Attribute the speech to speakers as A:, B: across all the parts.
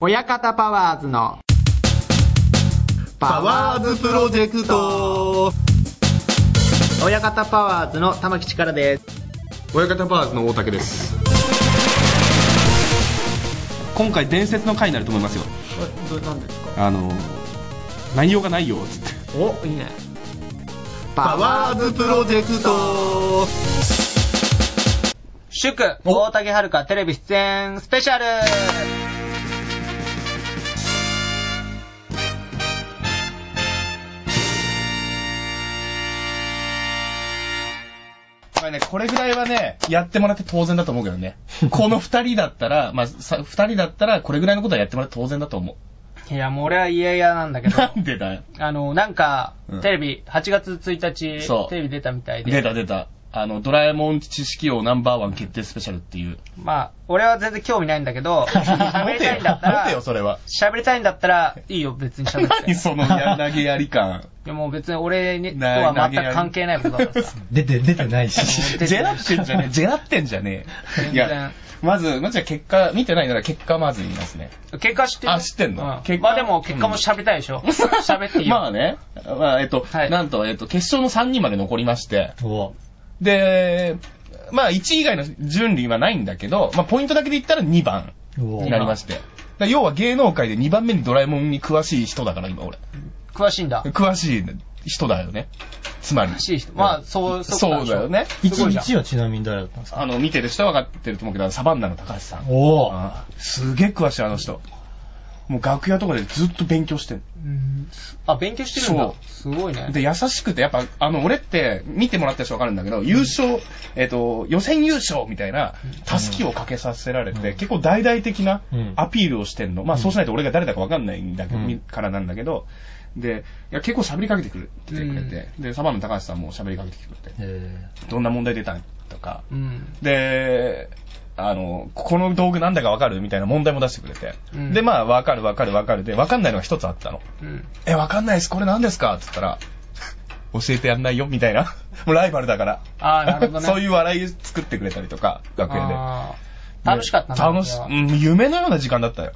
A: 親方パワーズの
B: パワーズプロジェクト
A: 親方パワーズの玉木力です
B: 親方パワーズの大竹です
C: 今回伝説の回になると思いますよ
A: どなんですか
C: あの内容がないよつって
A: おいいね
B: パワーズプロジェクト
A: 祝大竹遥テレビ出演スペシャル
D: まあね、これぐらいはね、やってもらって当然だと思うけど ね。この二人だったら、まあ、さ二人だったら、これぐらいのことはやってもらって当然だと 思
A: いやもう俺は嫌々なんだけ
D: う。
A: ど
D: なんでだよ。
A: あのなんか、
D: うん
A: テレビ8月1日
D: そう
A: テレビ出たみたいで
D: 出た出た。あの、ドラえもん知識王ナンバーワン決定スペシャルって いう。
A: まあ俺は全然興味ないんだけ ど喋りたいんだった
D: なん
A: ら
D: でよ、それ は。
A: 喋りたいんだったらいいよ別に喋って
D: 何そのや投げやり感。
A: いやもう別に俺にと
D: な
A: は全く関係ないことだから さ。
E: 出て、出 てないし。
D: ジェラってんじゃねえ。ジェラってんじゃねえ。い
A: 全然
D: や、まず、まずじゃあ結果、見てないなら結果まず言いますね。
A: 結果知ってる
D: あ知ってんの
A: う
D: 結果
A: まあでも結果も喋りたいでしょ。 喋っていいよ。
D: まあね。まあ、えっと、
A: はい
D: なんと、えっと、決勝の3人まで残りまして。
E: お
D: で、まあ1位以外の順位はないんだけど、まあポイントだけで言ったら2番
E: お
D: になりまして。だから要は芸能界で2番目にドラえもんに詳しい人だから今俺。
A: 詳しいんだ。
D: 詳しい人だよね。つまり。
A: 詳しい人。まあ、そう、
D: そう
A: かでしょ
D: だよね
A: すごいじゃん。
E: 1位はちなみに誰だったんですか
D: あの、見てる人は分かってると思うけど、サバンナの高橋さん。
E: おぉ。
D: ああすげえ詳しいあの人。もう楽屋とかでずっと勉強してる。
A: うんあ、勉強してるんだ
D: そ。
A: すごいね。
D: で、優しくて、やっぱ、あの、俺って、見てもらった人わかるんだけど、優勝、えっ、と、予選優勝みたいな、たすきをかけさせられて、結構大々的な
E: うん
D: アピールをしてんの。まあ、そうしないと俺が誰だかわかんないんだけど、
E: うん
D: からなんだけど、で、いや、結構喋りかけてくる、来てくれて、で、サバンナ高橋さんも喋りかけてくれて、
E: え
D: どんな問題出たんとか、
A: うん。
D: で、あの、この道具なんだかわかるみたいな問題も出してくれて、
A: うん
D: で、まあ、わかるわかるわかるで、わかんないのが一つあったの。
A: うん。
D: え、わかんないです、これ何ですかって言ったら、 教えてやんないよ、みた いな。もうライバルだから。
A: あーなるほどね
D: そういう笑い作ってくれたりとか、学園で。
A: あー楽しかったな。
D: 楽し、
A: こ
D: う
A: れは
D: ん、夢のような時間だったよ。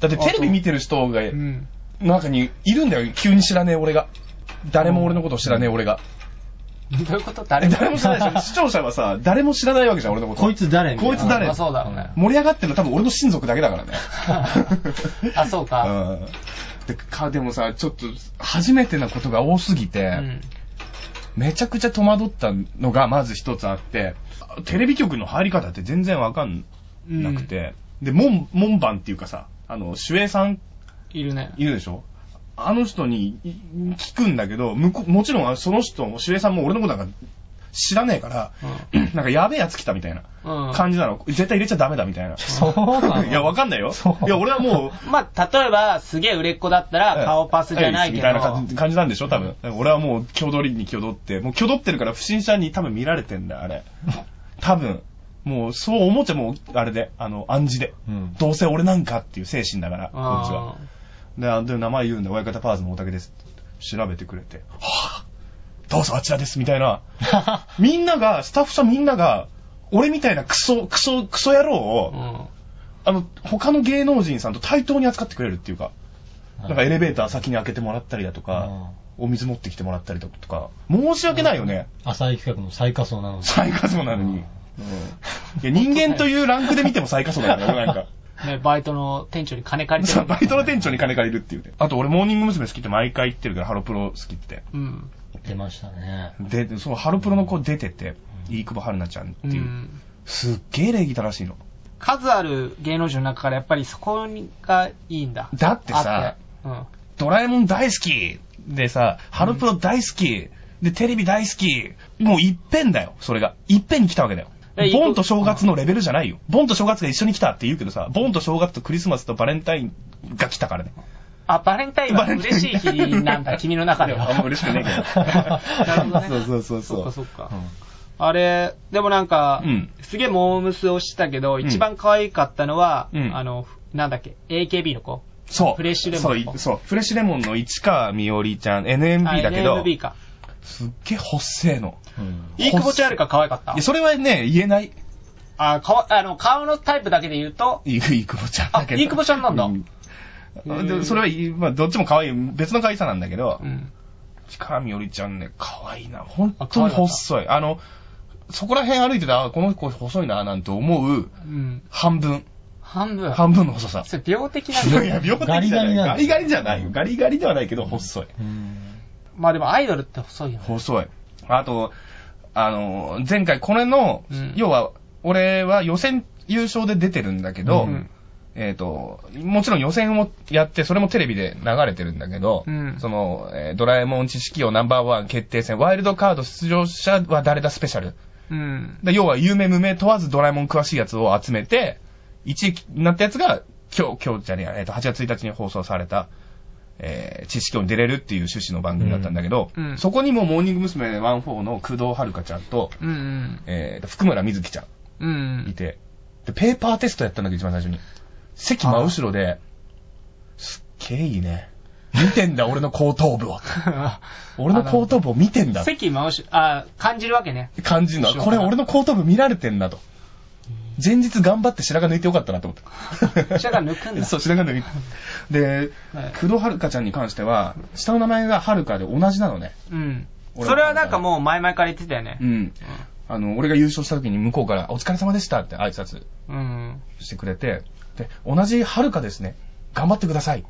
D: だってテレ
A: あそう
D: ビ見てる人が、
A: うん。
D: 中にいるんだよ、急に知らねえ俺が。誰も俺のことを知らねえ俺が。
A: どういうこと
D: え
A: 誰
D: 誰も知らないで しょ。視聴者はさ、誰も知らないわけじゃん、俺のこと。
E: こいつ誰みたい
D: こ
E: ない
D: つ誰
A: まあそうだろうね。。
D: 盛り上がってるの多分俺の親族だけだからね
A: あそうか
D: うん。でか、でもさ、ちょっと、初めてなことが多すぎて、
A: うん。
D: めちゃくちゃ戸惑ったのがまず一つあって、テレビ局の入り方って全然わかんなくて、で、門、門番っていうかさ、あの、守衛さん
A: いるね。
D: いるでしょあの人にい聞くんだけど、向こうもちろんその人も守衛さんも俺のことなんか知らねえから、なんかやべえやつ来たみたいな
A: うん。
D: 感じなの。絶対入れちゃダメだみたいな。
E: そうなの
D: いや、わかんないよ
E: そ。う
D: いや、俺はもう、
A: まあ、例えば、すげえ売れっ子だったら、 顔パスじゃないけど。
D: みたいな感じ感じなんでしょ多分。俺はもう、挙取りに挙 取って、もう挙取ってるから不審者に多分見られてんだよ、あれ。多分。もう、そう思っちゃもう、あれで、あの、暗示で。
E: うん
D: どうせ俺なんかっていう精神だから、こっち
A: あ
D: は。であ、で、名前言うんで、親方パーズのおたけですって。調べてくれて、はぁ、どうぞあちらです、みた いな。みんなが、スタッフさんみんなが、俺みたいなクソ、クソ、クソ野郎を、
A: ーうん。
D: あの、他の芸能人さんと対等に扱ってくれるっていうか、なんかエレベーター先に開けてもらったりだとか、お水持ってきてもらったりだとか、申し訳ないよね。
E: 浅い企画の最下層なのに。
D: 最下層なのに。うんいや人間というランクで見ても最下層だ からね、なんか。
A: ね、バイトの店長に金借りて
D: そ
A: る
D: うバイトの店長に金借りるっていうね。あと俺モーニング娘。好きって毎回言ってるから、ハロプロ好きって。
A: うん。
E: 出ましたね。
D: で、そのハロプロの子出てて、飯久保春菜ちゃんって
A: う
D: いう。
A: ん。
D: すっげえ礼儀正しいの。
A: 数ある芸能人の中からやっぱりそこがいいんだ。
D: だってさ
A: あっ
D: ドラえもん大好きでさ、ハロプロ大好きで、テレビ大好きもういっぺんだよ、それが。いっぺんに来たわけだよ
A: え。
D: ボンと正月のレベルじゃないよ。ボンと正月が一緒に来たって言うけどさ、ボンと正月とクリスマスとバレンタインが来たからね。
A: て。うん。あ、バレンタインは 嬉しい日なん だ、君の中では。
D: あんま嬉しくねえけど。
A: なるほどね。
D: そうそうそうそう
A: っかそっか。 あれ、でもなんか、
D: うん
A: すげえモームスをしてたけど、
D: ん
A: 一番可愛かったのは、
D: うん
A: あの、なんだっけ、AKB の子。
D: そう。
A: フレッシュレモン
D: そういそう、フレッシュレモンの市川みおりちゃん、NMB だけ
A: あ
D: ど、
A: NMB か。
D: すっげえ発声の。
E: うん。
A: いい久保ちゃんよりか可愛かった
D: いや、。それはね、言えない。
A: あ、かわ、あの、顔のタイプだけで言うと、
D: いい、いい久保ちゃん
A: あ、
D: だけど。
A: いい久保ちゃんなんだ。
D: うでそれはいい、まあ、どっちも可愛い、別の可愛さなんだけど
A: う、ん。
D: 近見よりちゃんね、可愛いな。本
A: あ可
D: 当
A: 愛
D: に
A: かった
D: 細い。あの、そこら辺歩いてたら、あこの子細いな、なんて思う、
A: うん。
D: 半分。
A: 半分。
D: 半分の細さ。
A: それ病的なん
D: い
A: だ
D: や、病的じゃない。ガ
E: ガ
D: リ
E: リ
D: ガ
E: ガ
D: リじゃないよ。ガリガリではないけど、細い。
E: うん。
A: まあでもアイドルって細いよね。
D: 細い。あと、あの、前回これの、
A: うん
D: 要は、俺は予選優勝で出てるんだけど、
A: うん
D: えっ、と、もちろん予選をやって、それもテレビで流れてるんだけど、
A: うん
D: その、えードラえもん知識王ナンバーワン決定戦、ワイルドカード出場者は誰だスペシャル。
A: うん。
D: で要は、有名無名問わずドラえもん詳しいやつを集めて、1位になったやつが、今日、今日じゃねえや、えっ、と、8月1日に放送された、えー、知識を出れるっていう趣旨の番組だったんだけど、
A: うんうん
D: そこにもモーニング娘。14の工藤遥ちゃんと、
A: うん
D: えーと、福村瑞希ちゃ
A: うん。うん
D: い
A: ん。
D: て、で、ペーパーテストやったんだけど、一番最初に。席真後ろで、すっげえいいね。見てんだ、俺の後頭部を。 俺の後頭部を見てんだ。
A: 席回し、あ、感じるわけね。
D: 感じるの。これ俺の後頭部見られてんなと。前日頑張って白髪抜いてよかったなと思っ た。
A: 白髪抜くんだ
D: そう、白髪抜いて。で
A: はい、
D: 工藤遥ちゃんに関しては、下の名前が遥で同じなのね。
A: うん。
D: 俺
A: それはなんかもう前々から言ってたよね
D: う。ん。あの、俺が優勝した時に向こうから、お疲れ様でしたって挨拶
A: うん。
D: してくれて、で、同じ遥ですね。頑張ってください。って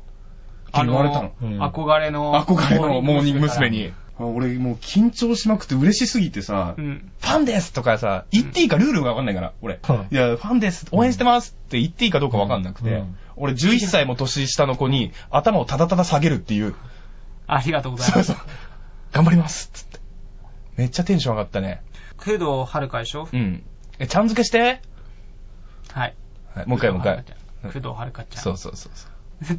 A: あ
D: 言われたの。
E: うん
A: 憧れの。
D: 憧れのモーニング娘。
A: から
D: に。俺もう緊張しまくって嬉しすぎてさ、
A: うん。
D: ファンですとかさ、言っていいかルールがわかんないから、俺
E: は。い
D: いや、ファンです、応援してますって言っていいかどうかわかんなく
E: う
D: て
E: ん、
D: 俺11歳も年下の子に頭をただただ下げるっていう、
A: ありがとうござい
D: そう
A: ます。
D: そう、頑張りますっつって。めっちゃテンション上がったね。
A: 工藤遥でしょ
D: うん。え、ちゃん付けして
A: はい。
D: はいもう一回もう一回。
A: 工藤遥ちゃん。
D: そうそうそうそう。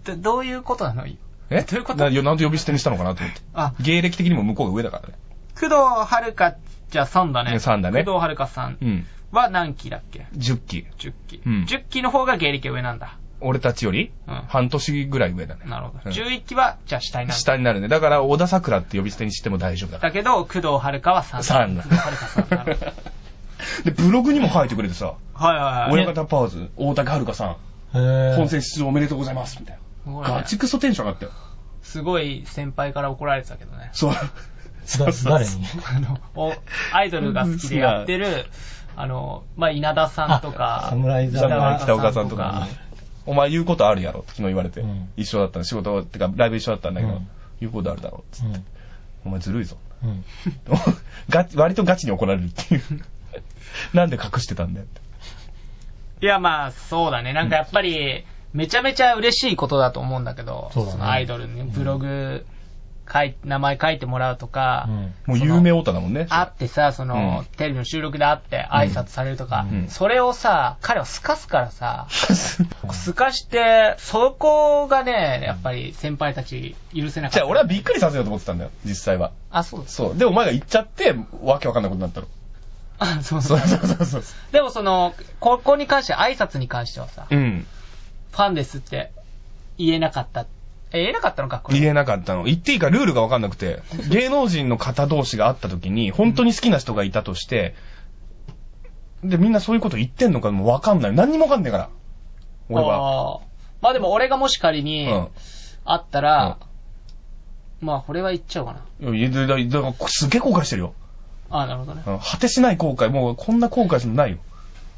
A: どどういうことなの
D: え
A: どういうこと
D: ななんで呼び捨てにしたのかなと思って。
A: あ、
D: 芸歴的にも向こうが上だからね。
A: 工藤遥ちゃんさんだね。
D: さんだね
A: 工藤遥さん
D: うん。
A: は何期だっけ
D: 10期。
A: ?10 期。
D: うん
A: 10期の方が芸歴が上なんだ。
D: 俺たちより
A: うん
D: 半年ぐらい上だね。
A: なるほど。
D: うん
A: 11期は、じゃあ下になる。
D: 下になるね。だから、小田桜って呼び捨てにしても大丈夫だから
A: だけど、工藤遥は3。
D: さん
A: 工藤遥さん なるほど。
D: で、ブログにも書いてくれてさ、
A: はいはいはい。
D: 親方パーズ、大竹遥さん、
E: へぇ
D: 本戦出場おめでとうございます、みたい
A: すご
D: な。
A: いね
D: ガチクソテンション上がったよ。
A: すごい先輩から怒られてたけどね。
D: そう。そうそう
E: 誰に
A: あの、おアイドルが好きでやってる、あの、まあ、稲田さんとか
E: あ、侍
D: ジャ
E: 侍
D: ムの北岡
A: 岡
D: さんとかに、お前言うことあるやろって昨日言われて、
E: うん
D: 一緒だったの、仕事、てかライブ一緒だったんだけど、
E: うん
D: 言うことあるだろって。
E: う
D: お前ずるいぞ。
E: ん。うん。
D: ガチ割とガチに怒られるって いう。なんで隠してたんだよって。
A: いや、まあ、そうだね。なんかやっぱり、めちゃめちゃ嬉しいことだと思うんだけど、
E: そうだね
A: のアイドルにブログ、書い、名前書いてもらうとか、
E: うん
D: もう有名オタだもんね。
A: 会ってさ、その、
D: うん
A: テレビの収録で会って挨拶されるとか、
D: うん
A: それをさ、彼はすかすからさ、すかして、そこがね、やっぱり先輩たち許せなか
D: じ
A: っ
D: ゃあ
A: た。
D: 俺はびっくりさせようと思ってたんだよ、実際は。
A: あ、そうです。
D: そう。で、お前が行っちゃって、わけわかんないことになったの。
A: あ、そうそ
D: そうう。そうそうそう。
A: でもその、ここに関して、挨拶に関してはさ、
D: うん。
A: ファンですって言えなかった。え、言えなかったのか、これ。
D: 言えなかったの。言っていいかルールがわかんなくて、芸能人の方同士が会った時に、本当に好きな人がいたとして、で、みんなそういうこと言ってんのかもわかんない。何にもわかんないから。俺は。
A: あー。まあでも俺がもし仮
D: う
A: に、
D: ん。
A: あったら、まあこれは言っちゃおうかな。
D: いやだだだからすげえ後悔してるよ。
A: あーなるほどね。
D: うん果てしない後悔。もうこんな後悔するのないよ。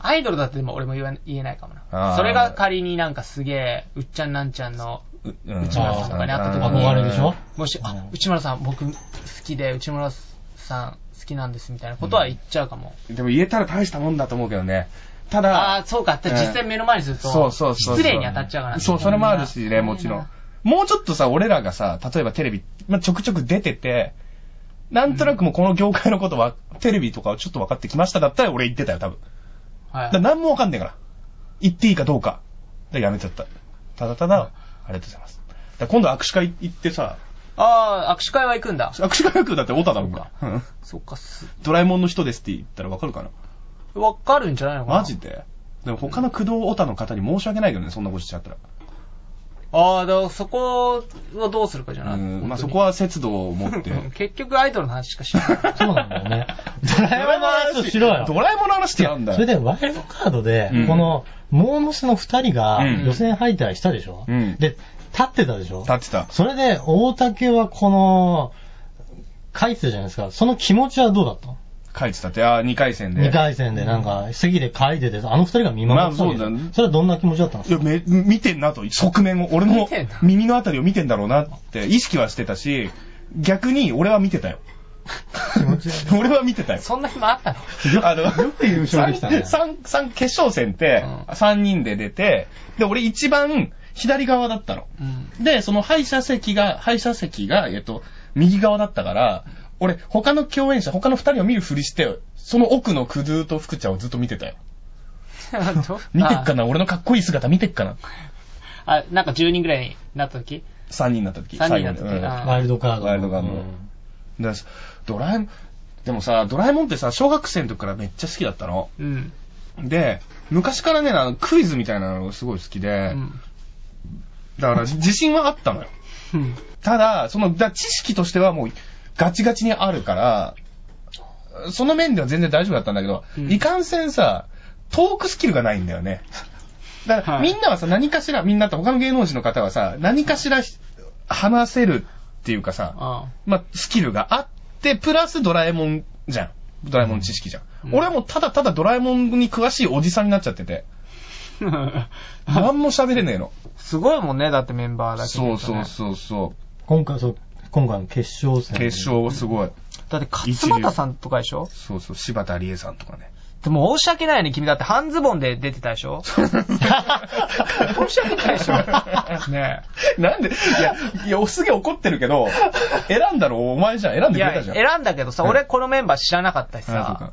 A: アイドルだってでも俺も言わ言えないかも
D: あー
A: な。それが仮になんかすげえ、うっちゃんなんちゃんの、
D: う
A: 内村さんとかね会った時に
E: 憧れでしょ
A: もし、
E: う
A: あ
E: ん、
A: 内村さん僕好きで、内村さん好きなんですみたいなことは言っちゃうかも。
D: でも言えたら大したもんだと思うけどね。た
A: あ
D: だ、
A: あ、そうか。で
D: うん
A: 実際目の前にすると、
D: そうそうそうそう
A: 失礼に当たっちゃうからね
D: そう、それもあるしね、もちろん。もうちょっとさ、俺らがさ、例えばテレビ、まあ、ちょくちょく出てて、なんとなくもうこの業界のことは、テレビとかをちょっと分かってきましただったら俺言ってたよ、多分。
A: は
D: だから
A: い。
D: 何も分かんねえから。言っていいかどうか。でやめちゃった。ただただ、ありがとうございます。だから今度握手会行ってさ、
A: ああ、握手会は行くんだ。
D: 握手会行くだってオタだもんか。うん
A: そっか、す、
D: ドラえもんの人ですって言ったら分かるかな。
A: わかるんじゃないのかな。
D: マジででも他の駆動オタの方に申し訳ないけどね、そんなことしちゃったら。
A: ああ、だからそこをどうするかじゃない。
D: うん、ま
A: 本当
D: あそ
A: に
D: こは節度を持 って。
A: 結局アイドルの話しかし ない。
E: そうなんだよね。ドラえもんの話をしろよ。
D: ドラえもんの話ってやんだよ。
E: それでワイルドカードで
D: うん、
E: この、モームスの二人が
D: うん
E: 予選敗退したでしょ、
D: うん
E: で、立ってたでしょ
D: 立ってた。
E: それで、大竹はこの、書いてたじゃないですか。その気持ちはどうだったの
D: 書いてたって、ああ、2回戦で。
E: 二回戦でなんか、席で書いてて、あの二人が見守ってたわけじゃん
D: まあそうだね
E: それはどんな気持ちだったんです
D: いや、め、見てんなと、側面を、俺
A: 見
D: の
A: てんな
D: 耳のあたりを見てんだろうなって、意識はしてたし、逆に俺は見てたよ。 俺は見てたよ。
A: そんな暇あったの
D: あの、よ
E: く優勝できたね
D: 三、三、決勝戦って、3人で出て、で、俺一番左側だったの。
A: うん。
D: で、その敗者席が、敗者席が、えっと、右側だったから、俺、他の共演者、他の二人を見るふりして、その奥のクズーと福ちゃんをずっと見てたよ。見てっかな俺のかっこいい姿見てっかな
A: あ、あなんか10人ぐらいになった時
D: 三人になった時。
A: 三人になった時
D: 最後
A: あ
E: かワイルドカードの。
D: ワイルドカードのうんだからドラえもん、でもさ、ドラえもんってさ、小学生の時からめっちゃ好きだったの。
A: うん。
D: で、昔からね、あのクイズみたいなのがすごい好き
A: う
D: で、
A: ん。
D: だから自信はあったのよ。
A: うん
D: ただ、その、だ知識としてはもうガチガチにあるから、その面では全然大丈夫だったんだけど、
A: うん
D: いかんせんさ、トークスキルがないんだよね。だから、
A: はい
D: みんなはさ、何かしら、みんなって他の芸能人の方はさ、何かしらひ話せるっていうかさ、
A: あ
D: まあ、スキルがあって、プラスドラえもんじゃん。ドラえもん知識じゃん。
A: うん
D: 俺はもうただただドラえもんに詳しいおじさんになっちゃってて、
A: あ
D: 何も喋れね えの。
A: すごいもんね、だってメンバーだけ見
D: そう
A: ると
D: そ
A: ね
D: うそうそ
E: 今回、そう、今回の決勝
D: う。
E: 戦。
D: 決勝すごい。
A: だって勝俣さんとかでしょ
D: そうそう、柴田理恵さんとかね。
A: でも申し訳ないね、君だって半ズボンで出てたでしょ申し訳ないでし ょね
D: なんで、いや、いや、すげえ怒ってるけど、選んだろ、お前じゃん、選ん
A: え。い
D: でくれ
A: や、
D: たじゃん。
A: 選んだけどさ、
D: うん
A: 俺このメンバー知らなかったし
D: あそう
A: さ
D: か、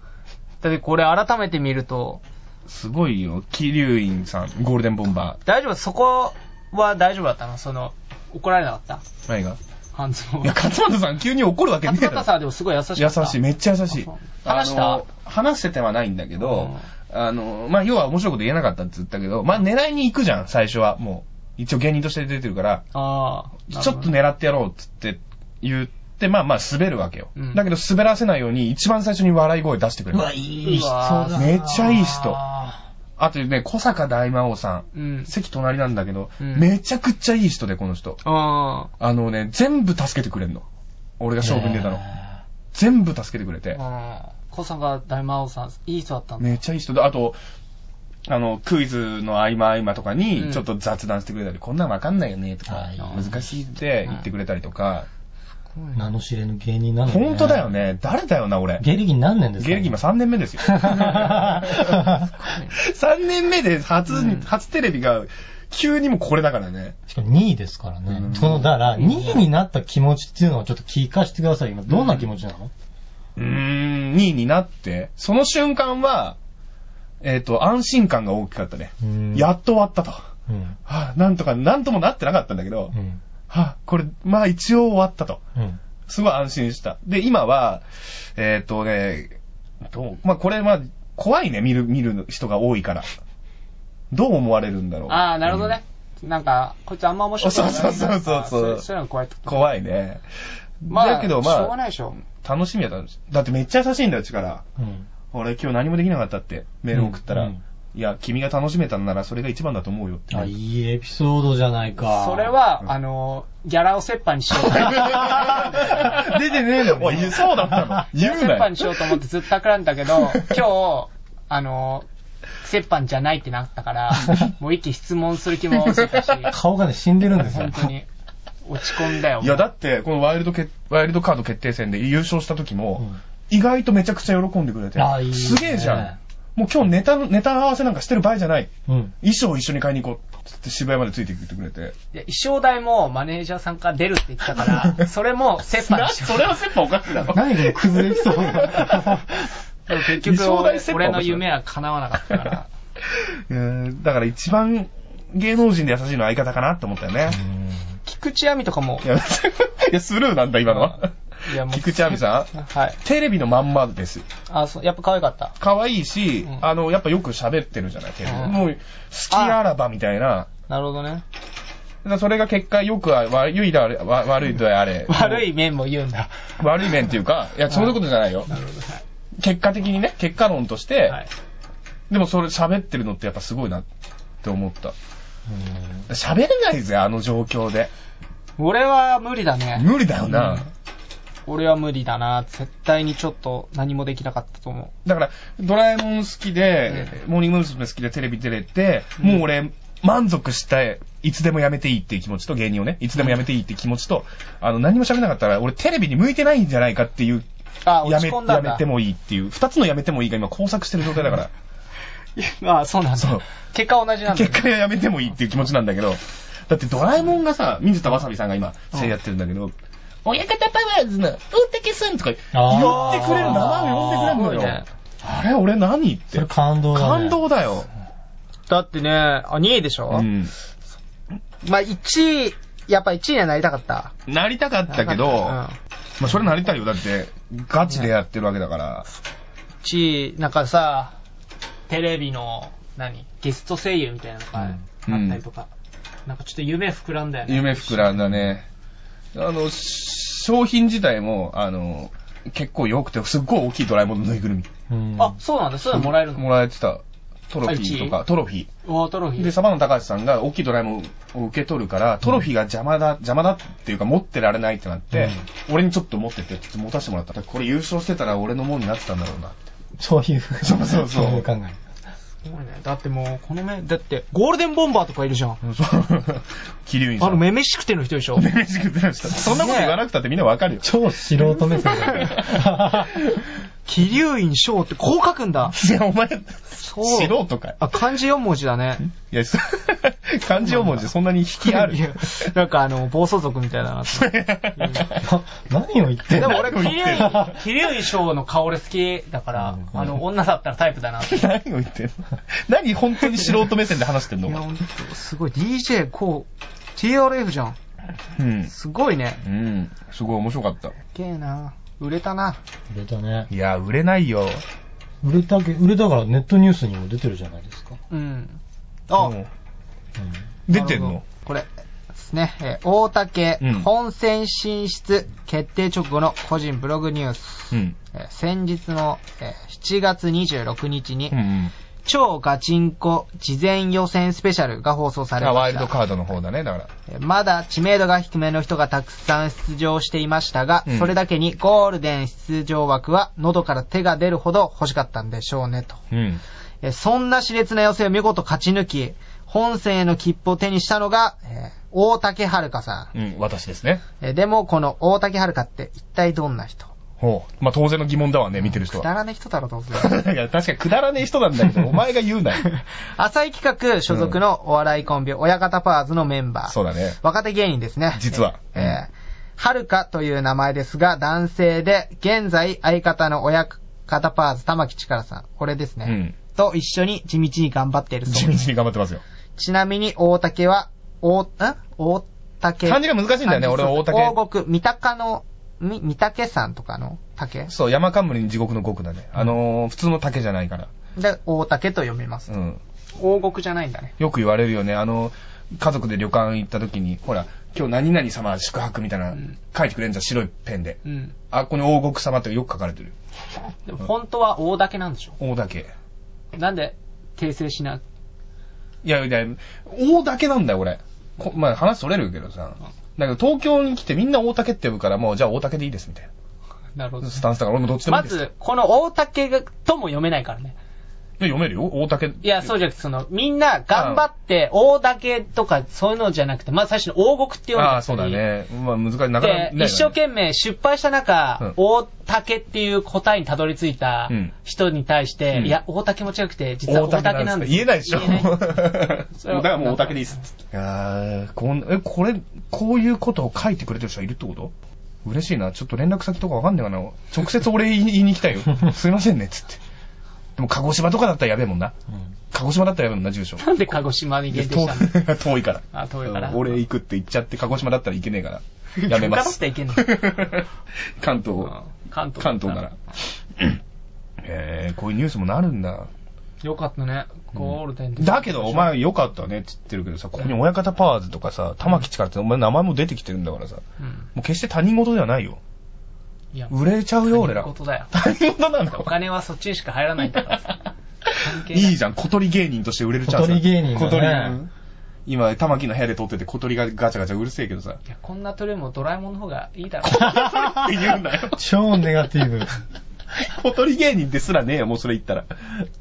A: だってこれ改めて見ると、
D: すごいよ、キリュウインさん、ゴールデンボンバ
A: 大丈夫、そこは大丈夫だったのその、怒られなかった
D: ー。何が
A: 半ズボン
D: いや、。勝俣さん急に怒るわけねえ
A: 勝俣
D: だろ。
A: さんはでもすごい優しか
D: 優
A: った。
D: しい、めっちゃ優しい
A: あそう。
D: あ
A: 話した
D: の話せてはないんだけど、あの、まあ、要は面白いこと言えなかったって言ったけど、まあ、狙いに行くじゃん、最初は。もう、一応芸人として出てるから、
A: ああ。
D: ちょっと
A: ね。
D: 狙ってやろうっつって言って、まあまあ滑るわけよ。
A: うん
D: だけど滑らせないように一番最初に笑い声出してくれ
E: う
D: る。
E: わ、いい人
A: う
E: だ。
A: わ
D: めっちゃいい人。
E: あ
D: あとね、小坂大魔王さん。
A: うん。
D: 席隣なんだけど、
A: うん
D: めちゃくちゃいい人で、この人。
A: あ
D: あのね、全部助けてくれんの。俺が
E: ー
D: 勝負に出たの。
E: ね
D: 全部助けてくれて。
A: あ。小坂大魔王さん、いい人だったんだ。
D: めっちゃいい人で、あと、あの、クイズの合間合間とか
A: う
D: に、
A: ん
D: ちょっと雑談してくれたり、こんなんわかんないよね、とか
E: はい、
D: 難しいって言ってくれたりとか、
E: え名の知れぬ芸人なの
D: 本当だよ。ね。誰だよな、俺。
E: 芸歴何年ですか
D: 芸歴今3年 目ですよ。3年目で初、
A: うん
D: 初テレビが、急にもうこれだからね。
E: しかも2位ですから
D: う
E: ね
D: ん。
E: その、だから、2位になった気持ちっていうのをちょっと聞かせてください。今、どんな気持ちなの
D: うーん、2位になって、その瞬間は、えっ、と、安心感が大きかったね。
E: うん
D: やっと終わったと。
E: うん。
D: はあ、なんとか、なんともなってなかったんだけど、
E: う
D: は
E: ん。
D: あ、これ、まあ一応終わったと。
E: うん。
D: すごい安心した。で、今は、えっ、とね、どうまあこれ、まあ、怖いね、見る、見る人が多いから。どう思われるんだろう。
A: ああ、なるほどね。なんか、こいつあんま面白くない。
D: そうそうそうそうそう
A: そういうの怖いとこ。
D: 怖いね。
A: まあ、
D: だけどまあ
A: しょうがないでしょ。
D: 楽しみだったんです。だってめっちゃ優しいんだよ、力。
E: うん。
D: 俺今日何もできなかったってメール送ったら、
E: うんうん
D: いや、君が楽しめたんならそれが一番だと思うよって。
E: あ、いいエピソードじゃないか。
A: それ、は、あの、ギャラを折半にしようと思って。
D: 出てねえのおい、そうだったの
A: ギャ
D: 言
A: ラ
D: う
A: 折
D: な
A: 半
D: よ
A: に。しようと思ってずっと企んだけど、 今日、あの、折半じゃないってなったから、もう一気質問する気もしてたし、
E: 顔がね、死んでるんですよ
A: 本。当に、落ち込んだよ。
D: いや、だって、このワイルドけワイルドカード決定戦で優勝した時も、
E: うん
D: 意外とめちゃくちゃ喜んでくれて、
E: あいいね
D: すげえじゃん。もう今日ネタの、ネタ合わせなんかしてる場合じゃない。
E: うん。
D: 衣装を一緒に買いに行こう。つって渋谷までついてきてくれて。
A: で衣装代もマネージャーさんから出るって言ったから、それも折半にしよう。
D: れは切羽おかしいだろ。
E: 何このクズエピ ソード
A: でも結局
D: 衣装
A: 俺
D: 代折半
A: 俺の夢は叶わなかったから。
D: えーだから一番芸能人で優しいのは相方かなって思ったよね。
A: 菊池亜美とかも
D: い、や、いやスルーなんだ、今のは。
A: いやもう
D: 菊池亜美さん
A: はい。
D: テレビのまんまです。
A: あ、そう、やっぱ可愛かった。
D: 可愛いし、
A: うん
D: あの、やっぱよく喋ってるじゃない、テレビ。
A: うん
D: もう、好きあらばみたいな。
A: なるほどね。
D: だからそれが結果、よくは、悪いだあれ、わ悪いであ れ。
A: 悪い面も言うんだ。
D: 悪い面っていうか、いや、そういうことじゃないよ。
A: なるほど。は
D: 結果的にね、結果論として、
A: いはい。
D: でもそれ喋ってるのってやっぱすごいなって思った。喋れないぜ、あの状況で。
A: 俺は無理だね。
D: 無理だよな。
A: 俺は無理だな。絶対にちょっと何もできなかったと思
D: だから、ドラえもん好きで、モーニング娘。好きでテレビ出れて、もう俺、満足したいつでもやめていいっていう気持ちと、芸人をね、いつでもやめていいって気持ちと、あの、何も喋れなかったら、俺テレビに向いてないんじゃないかっていう、
A: う。あ、
D: や
A: 落
D: め、
A: ち込んだ
D: や
A: ん
D: め
A: だ
D: て。もいいっていう、二つのやめてもいいが今交錯してる状態だから。
A: あ、そうなん
D: そ
A: だ
D: う。
A: 結果同じなんだね。
D: 結果やめてもいいっていう気持ちなんだけど、だってドラえもんがさ、水田わさびさんが今、声優やってるんだけど、親方パワーズの大竹さんとか
E: あー
D: 呼んでくれる、名前を呼んでくれるのよ。
A: す
D: あれ、俺何って。
E: それ感動だ、ね。
D: 感動だよ。
A: だってね、あ、2位でしょ、
D: うん。
A: まあ1位、やっぱ1位にはなりたかった。
D: なりたかったけど、
A: うん
D: まあそれなりたいよ。だって、ガチでやってるわけだから。
A: 1位、なんかさ、テレビの、何ゲスト声優みたいなのがあったりとか。なんかちょっと夢膨らんだよね。
D: 夢膨らんだね。あの、商品自体も、あの、結構良くて、すっごい大きいドラえもんのぬいぐるみ。
E: うん。
A: あ、そうなんだ。そういうのもらえるの
D: もらえてた。トロフィーとか、トロフィー。
A: おートロフィ
D: で、
A: ー。
D: サバンナ高橋さんが大きいドラえもんを受け取るから、トロフィーが邪魔だ、邪魔だっていうか持ってられないってなって、俺にちょっと持ってて、ちょっと持たせてもらった。これ優勝してたら俺のもんになってたんだろうなって。
E: そういうふうに。
D: そうそうそう
E: いう考え。
A: すごいねだってもう、この面、だって、ゴールデンボンバーとかいるじゃん。
D: キリュウインさん。
A: あの、めめしくての人でしょ
D: めめしくてました。 そんなこと言わなくたってみんなわかるよ。
E: 超素人目線だね
A: 気流院翔ってこう書くんだ。
D: いや、お前、
A: そ
D: 素人かい。
A: あ、漢字4文字だね。
D: いや、そ 漢字4文字そんなに引きある
A: い。や なんかあの、暴走族みたいだなっ て。
E: な何を言ってん
A: で
E: の
A: も俺、
D: 何を
A: 桐
D: 言ってん
A: 生、桐生翔の顔俺好きだから、あの、女だったらタイプだなって。い
D: 何を言ってんの何本当に素人目線で話してんの
A: や、ほんとすごい。DJ、こう、TRF じゃん。
D: うん。
A: すごいね。
D: うん。すごい面白かった。
A: すげえな。売れたな。
E: 売れたね。
D: いや、売れないよ。
E: 売れたけ、売れたからネットニュースにも出てるじゃないですか。
A: うん。あ、
D: うん出てん
A: なる
D: の
A: ほどこれですね、えー大竹
D: うん
A: 本戦進出決定直後の個人ブログニュース、
D: うん。
A: えー先日の、えー7月26日に、
D: うんうん。
A: 超ガチンコ事前予選スペシャルが放送され
D: あワ
A: ま
D: イ
A: し
D: ルド
A: た。
D: カードの方だね、だから。
A: えーまだ知名度が低めの人がたくさん出場していましたが、
D: うん
A: それだけにゴールデン出場枠は喉から手が出るほど欲しかったんでしょうねと。
D: うん。
A: えーそんな熾烈な予選を見事勝ち抜き、本戦への切符を手にしたのが、えー大竹遥さ
D: うん、私ですね。
A: ん。えーでも、この大竹遥って一体どんな人
D: ほう。まあ、当然の疑問だわね、見てる人
A: くだ
D: は。
A: らねえ人だろ、どうせ。
D: いや、確かにくだらねえ人なんだけど、お前が言うなよ。
A: 浅井企画所属のお笑いコンビ、親方パワーズのメンバー。
D: そうだね。
A: 若手芸人ですね。
D: 実は
A: えーえーはるかという名前ですが、男性で、現在相方の親方パワーズ玉木力さん。これですね。
D: うん
A: と一緒に地道に頑張っている
D: 地
A: そう
D: 道
A: です。
D: に頑張ってますよ。
A: ちなみに大竹は、大、ん大竹。
D: 漢字が難しいんだよね、俺は大竹。
A: 大国、三鷹の、み、三竹さんとかの竹
D: そう、山冠に地獄の極だね。あのー、普通の竹じゃないから。
A: で、大竹と読みます。
D: うん。
A: 大国じゃないんだね。
D: よく言われるよね。あの、家族で旅館行った時に、ほら、今日何々様宿泊みたいな、書いてくれんじゃん、白いペンで。
A: うん。
D: あ、ここに王国様ってよく書かれてる。
A: でも本当は大竹なんでしょ
D: 王だけ。
A: なんで訂正しない
D: やいや、大竹なんだよ、俺。こまあ、話それるけどさ。だけど、東京に来てみんな大竹って呼ぶから、もう、じゃあ大竹でいいです、みたい
A: なるほ
D: な。スタンスだから、俺もどっちでもい
A: ま
D: いです。
A: ず、この大竹がとも読めないからね。
D: いや読めるよ、大竹。
A: いや、そうじゃなくて、その、みんな頑張って、大竹とかそういうのじゃなくて、まず最初に大国って読んだり
D: ああ、そうだ。ね。まあ、難しい。なかなか
A: で
D: ね、。
A: 一生懸命失敗した中、
D: うん
A: 大竹っていう答えにたどり着いた
D: うん
A: 人に対して、
D: うん
A: いや、大竹も違くて、実は大竹なんです。
D: 言えないでしょ。
A: 言えないそれは
D: だからもう大竹でいいです。いやーこん、え、これ、こういうことを書いてくれてる人がいるってこと嬉しいな。ちょっと連絡先とかわかんねえかな。直接俺言い言いに行きた いよ。すいませんね、つって。でも、鹿児島とかだったらやべえもんな。鹿児島だったらやべえもんな、住所。
A: なんで鹿児島に限定したの
D: 遠遠いから。
A: あ、遠いから。
D: 俺行くって言っちゃって、鹿児島だったら行けねえから。やめま
A: 他
D: す。
A: だったら行け
D: 関東、
A: 関東。
D: 関東なら。。えー、こういうニュースもなるんだ。
A: よかったね。ゴールデンで
D: だけど、お前良かったねって言ってるけどさ、ここに親方パワーズとかさ、玉木力ってお前名前も出てきてるんだからさ、も
A: うん。
D: う決して他人事ではないよ。
A: いや、
D: 売れちゃうよ、俺ら
A: こ。とだよ。
D: 他人事な
A: お
D: の
A: 金はそっちにしか入らないんだからさ。関係
D: い
A: ない
D: いじゃん、小鳥芸人として売れるチャンス。
E: 小鳥芸人だね
D: 小鳥。今、玉木の部屋で撮ってて小鳥がガチャガチャうるせえけどさ、
B: いや、こんな鳥よりもドラえもんの方がいいだろ。
D: って言うんだよ。
E: 超ネガティブ。
D: 小鳥芸人ですらねえよ、もうそれ言ったら。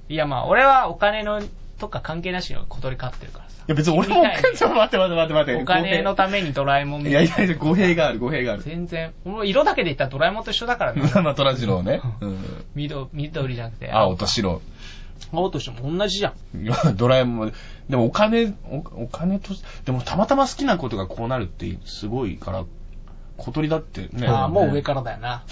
B: いや、まあ、俺はお金の、とか関係なしに小鳥飼ってるからさ。
D: いや、別に俺もお金、ちょっと待って待って待って待って。
B: お金のためにドラえもん
D: 語弊
B: みた
D: いや
B: い
D: い
B: な。
D: やいや、語弊がある、語弊がある。
B: 全然。俺、色だけで言ったらドラえもんと一緒 だからね。
D: まあ、虎次郎ね。うん
B: 緑緑じゃなくて。
D: 青と白。
B: 青としても同じじゃん。
D: いや ドラえもん。でもお金、おお金と、でもたまたま好きなことがこうなるってすごいから、小鳥だってね。
B: ああ、もう上からだよな。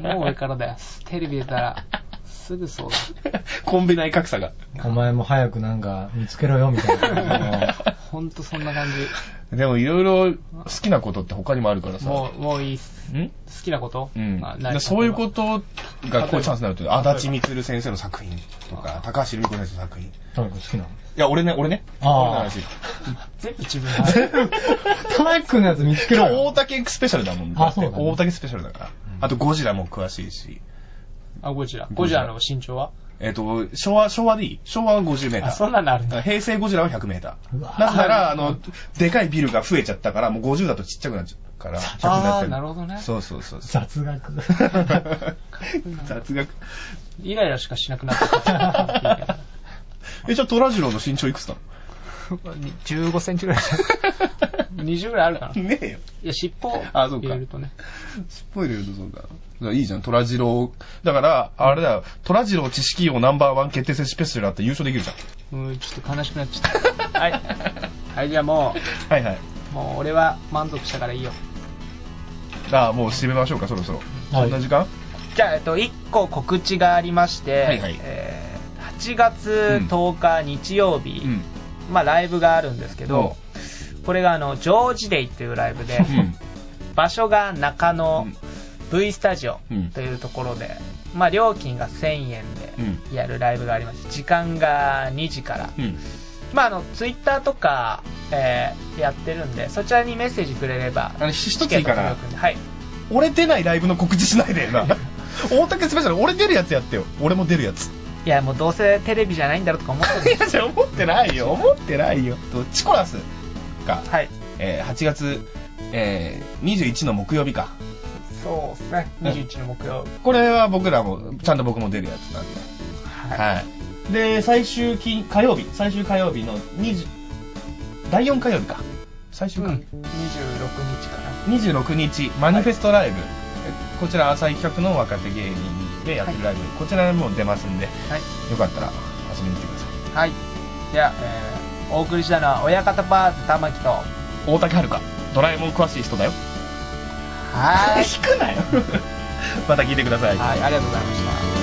B: もう上からだよ。テレビ出たら、すぐそうだ。
D: コンビ内格差が。
E: お前も早くなんか見つけろよ、みたいな。
B: ほんとそんな感
D: でもいろいろ好きなことって他にもあるから
B: じ。
D: さ。
B: もう、もういいっす。
D: ん
B: 好きなこと
D: うん
B: あ、
D: で
B: 何
D: そういうことがこういうチャンスになると、足立光先生の作品とか、高橋留美子先生の作品。い
E: トミ君好きなの
D: や、俺ね、俺ね。俺の
E: ああ。
D: 話。
B: 全部自分が。
E: トミ君のやつ見つけ
D: 今
E: ろ
D: 日大
E: よ。
D: 竹スペシャルだもん
E: あそうだね
D: 大竹スペシャルだから。あとゴジラも詳しいし。
B: あ、ゴジラ。ゴジラの身長は
D: えっ、と、昭和、昭和でいい昭和は50メータ
B: あ、
D: ー。
B: そんなのあるんだ。
D: 平成ゴジラは100メーター。
E: う
D: な
E: わ
D: ぜなら、あの、でかいビルが増えちゃったから、もう50だとちっちゃくなっちゃうから、100になっ
B: あ
D: て
B: あ、なるほどね。
D: そうそうそうそう。
E: 雑学。
D: 雑学。
B: イライラしかしなくなってきた。
D: え、じゃあ、虎次郎の身長いくつなの
B: 15センチぐらい。20ぐらいあるかな。い
D: ねえよ。
B: や、尻尾を
D: あそう
B: 入
D: か
B: れるとね。
D: すっぽいで言うとそうだ。だからいいじゃん、虎次郎。だから、あれだよ、虎次郎知識王ナンバーワン決定戦スペシャルあって優勝できるじゃん。
B: うん、ちょっと悲しくなっちゃった。はい。はい、じゃあも
D: はいはい。
B: う、もう俺は満足したからいいよ。
D: ああ、もう締めましょうか、そろそろ。
E: は
D: こん
E: い
D: な時間
B: じゃあ、えっと、1個告知がありまして、
D: はいはい
B: えー8月10日日曜日、
D: うん。
B: まあ、ライブがあるんですけど、これがあのジョージデイっていうライブで、
D: うん。
B: 場所が中野 V スタジオ
D: うん
B: というところで、まあ、料金が1000円
D: うん。
B: でやるライブがありまして、時間が2時から、
D: うん。
B: まあ、あのツイッターとか、えーやってるんで、そちらにメッセージくれれば、
D: あの、ひ一ついいかな
B: チケット届くんではい、
D: 俺出ないライブの告知しないでよな。大竹スペシャル、俺出るやつやってよ。俺も出るやつ。
B: いや、もうどうせテレビじゃないんだろうとか思ってる
D: い
B: んで
D: や、じゃあ思ってないよ、思ってないよ。とチコラスが、
B: はい、
D: えー8月、えー21の木曜日か。
B: そうですね、21の木曜日。
D: これは僕らも、ちゃんと僕も出るやつなんで。はい。で、最終金、火曜日、最終火曜日の20、第4火曜日か。最終
B: うん、
D: か。
B: 26日かな。
D: 26日、マニフェストライブ。えこちら、浅井企画の若手芸人でやってるライブ、こちらも出ますんで、
B: はい
D: よかったら遊びに来てください。
B: はい。では、えーお送りしたのは、親方パーズ玉木と。は
D: 大竹遥か、ドラえもん詳しい人だよ。
B: ーい。
D: 引くなよ。また聞いてください。
B: はい、ありがとうございました。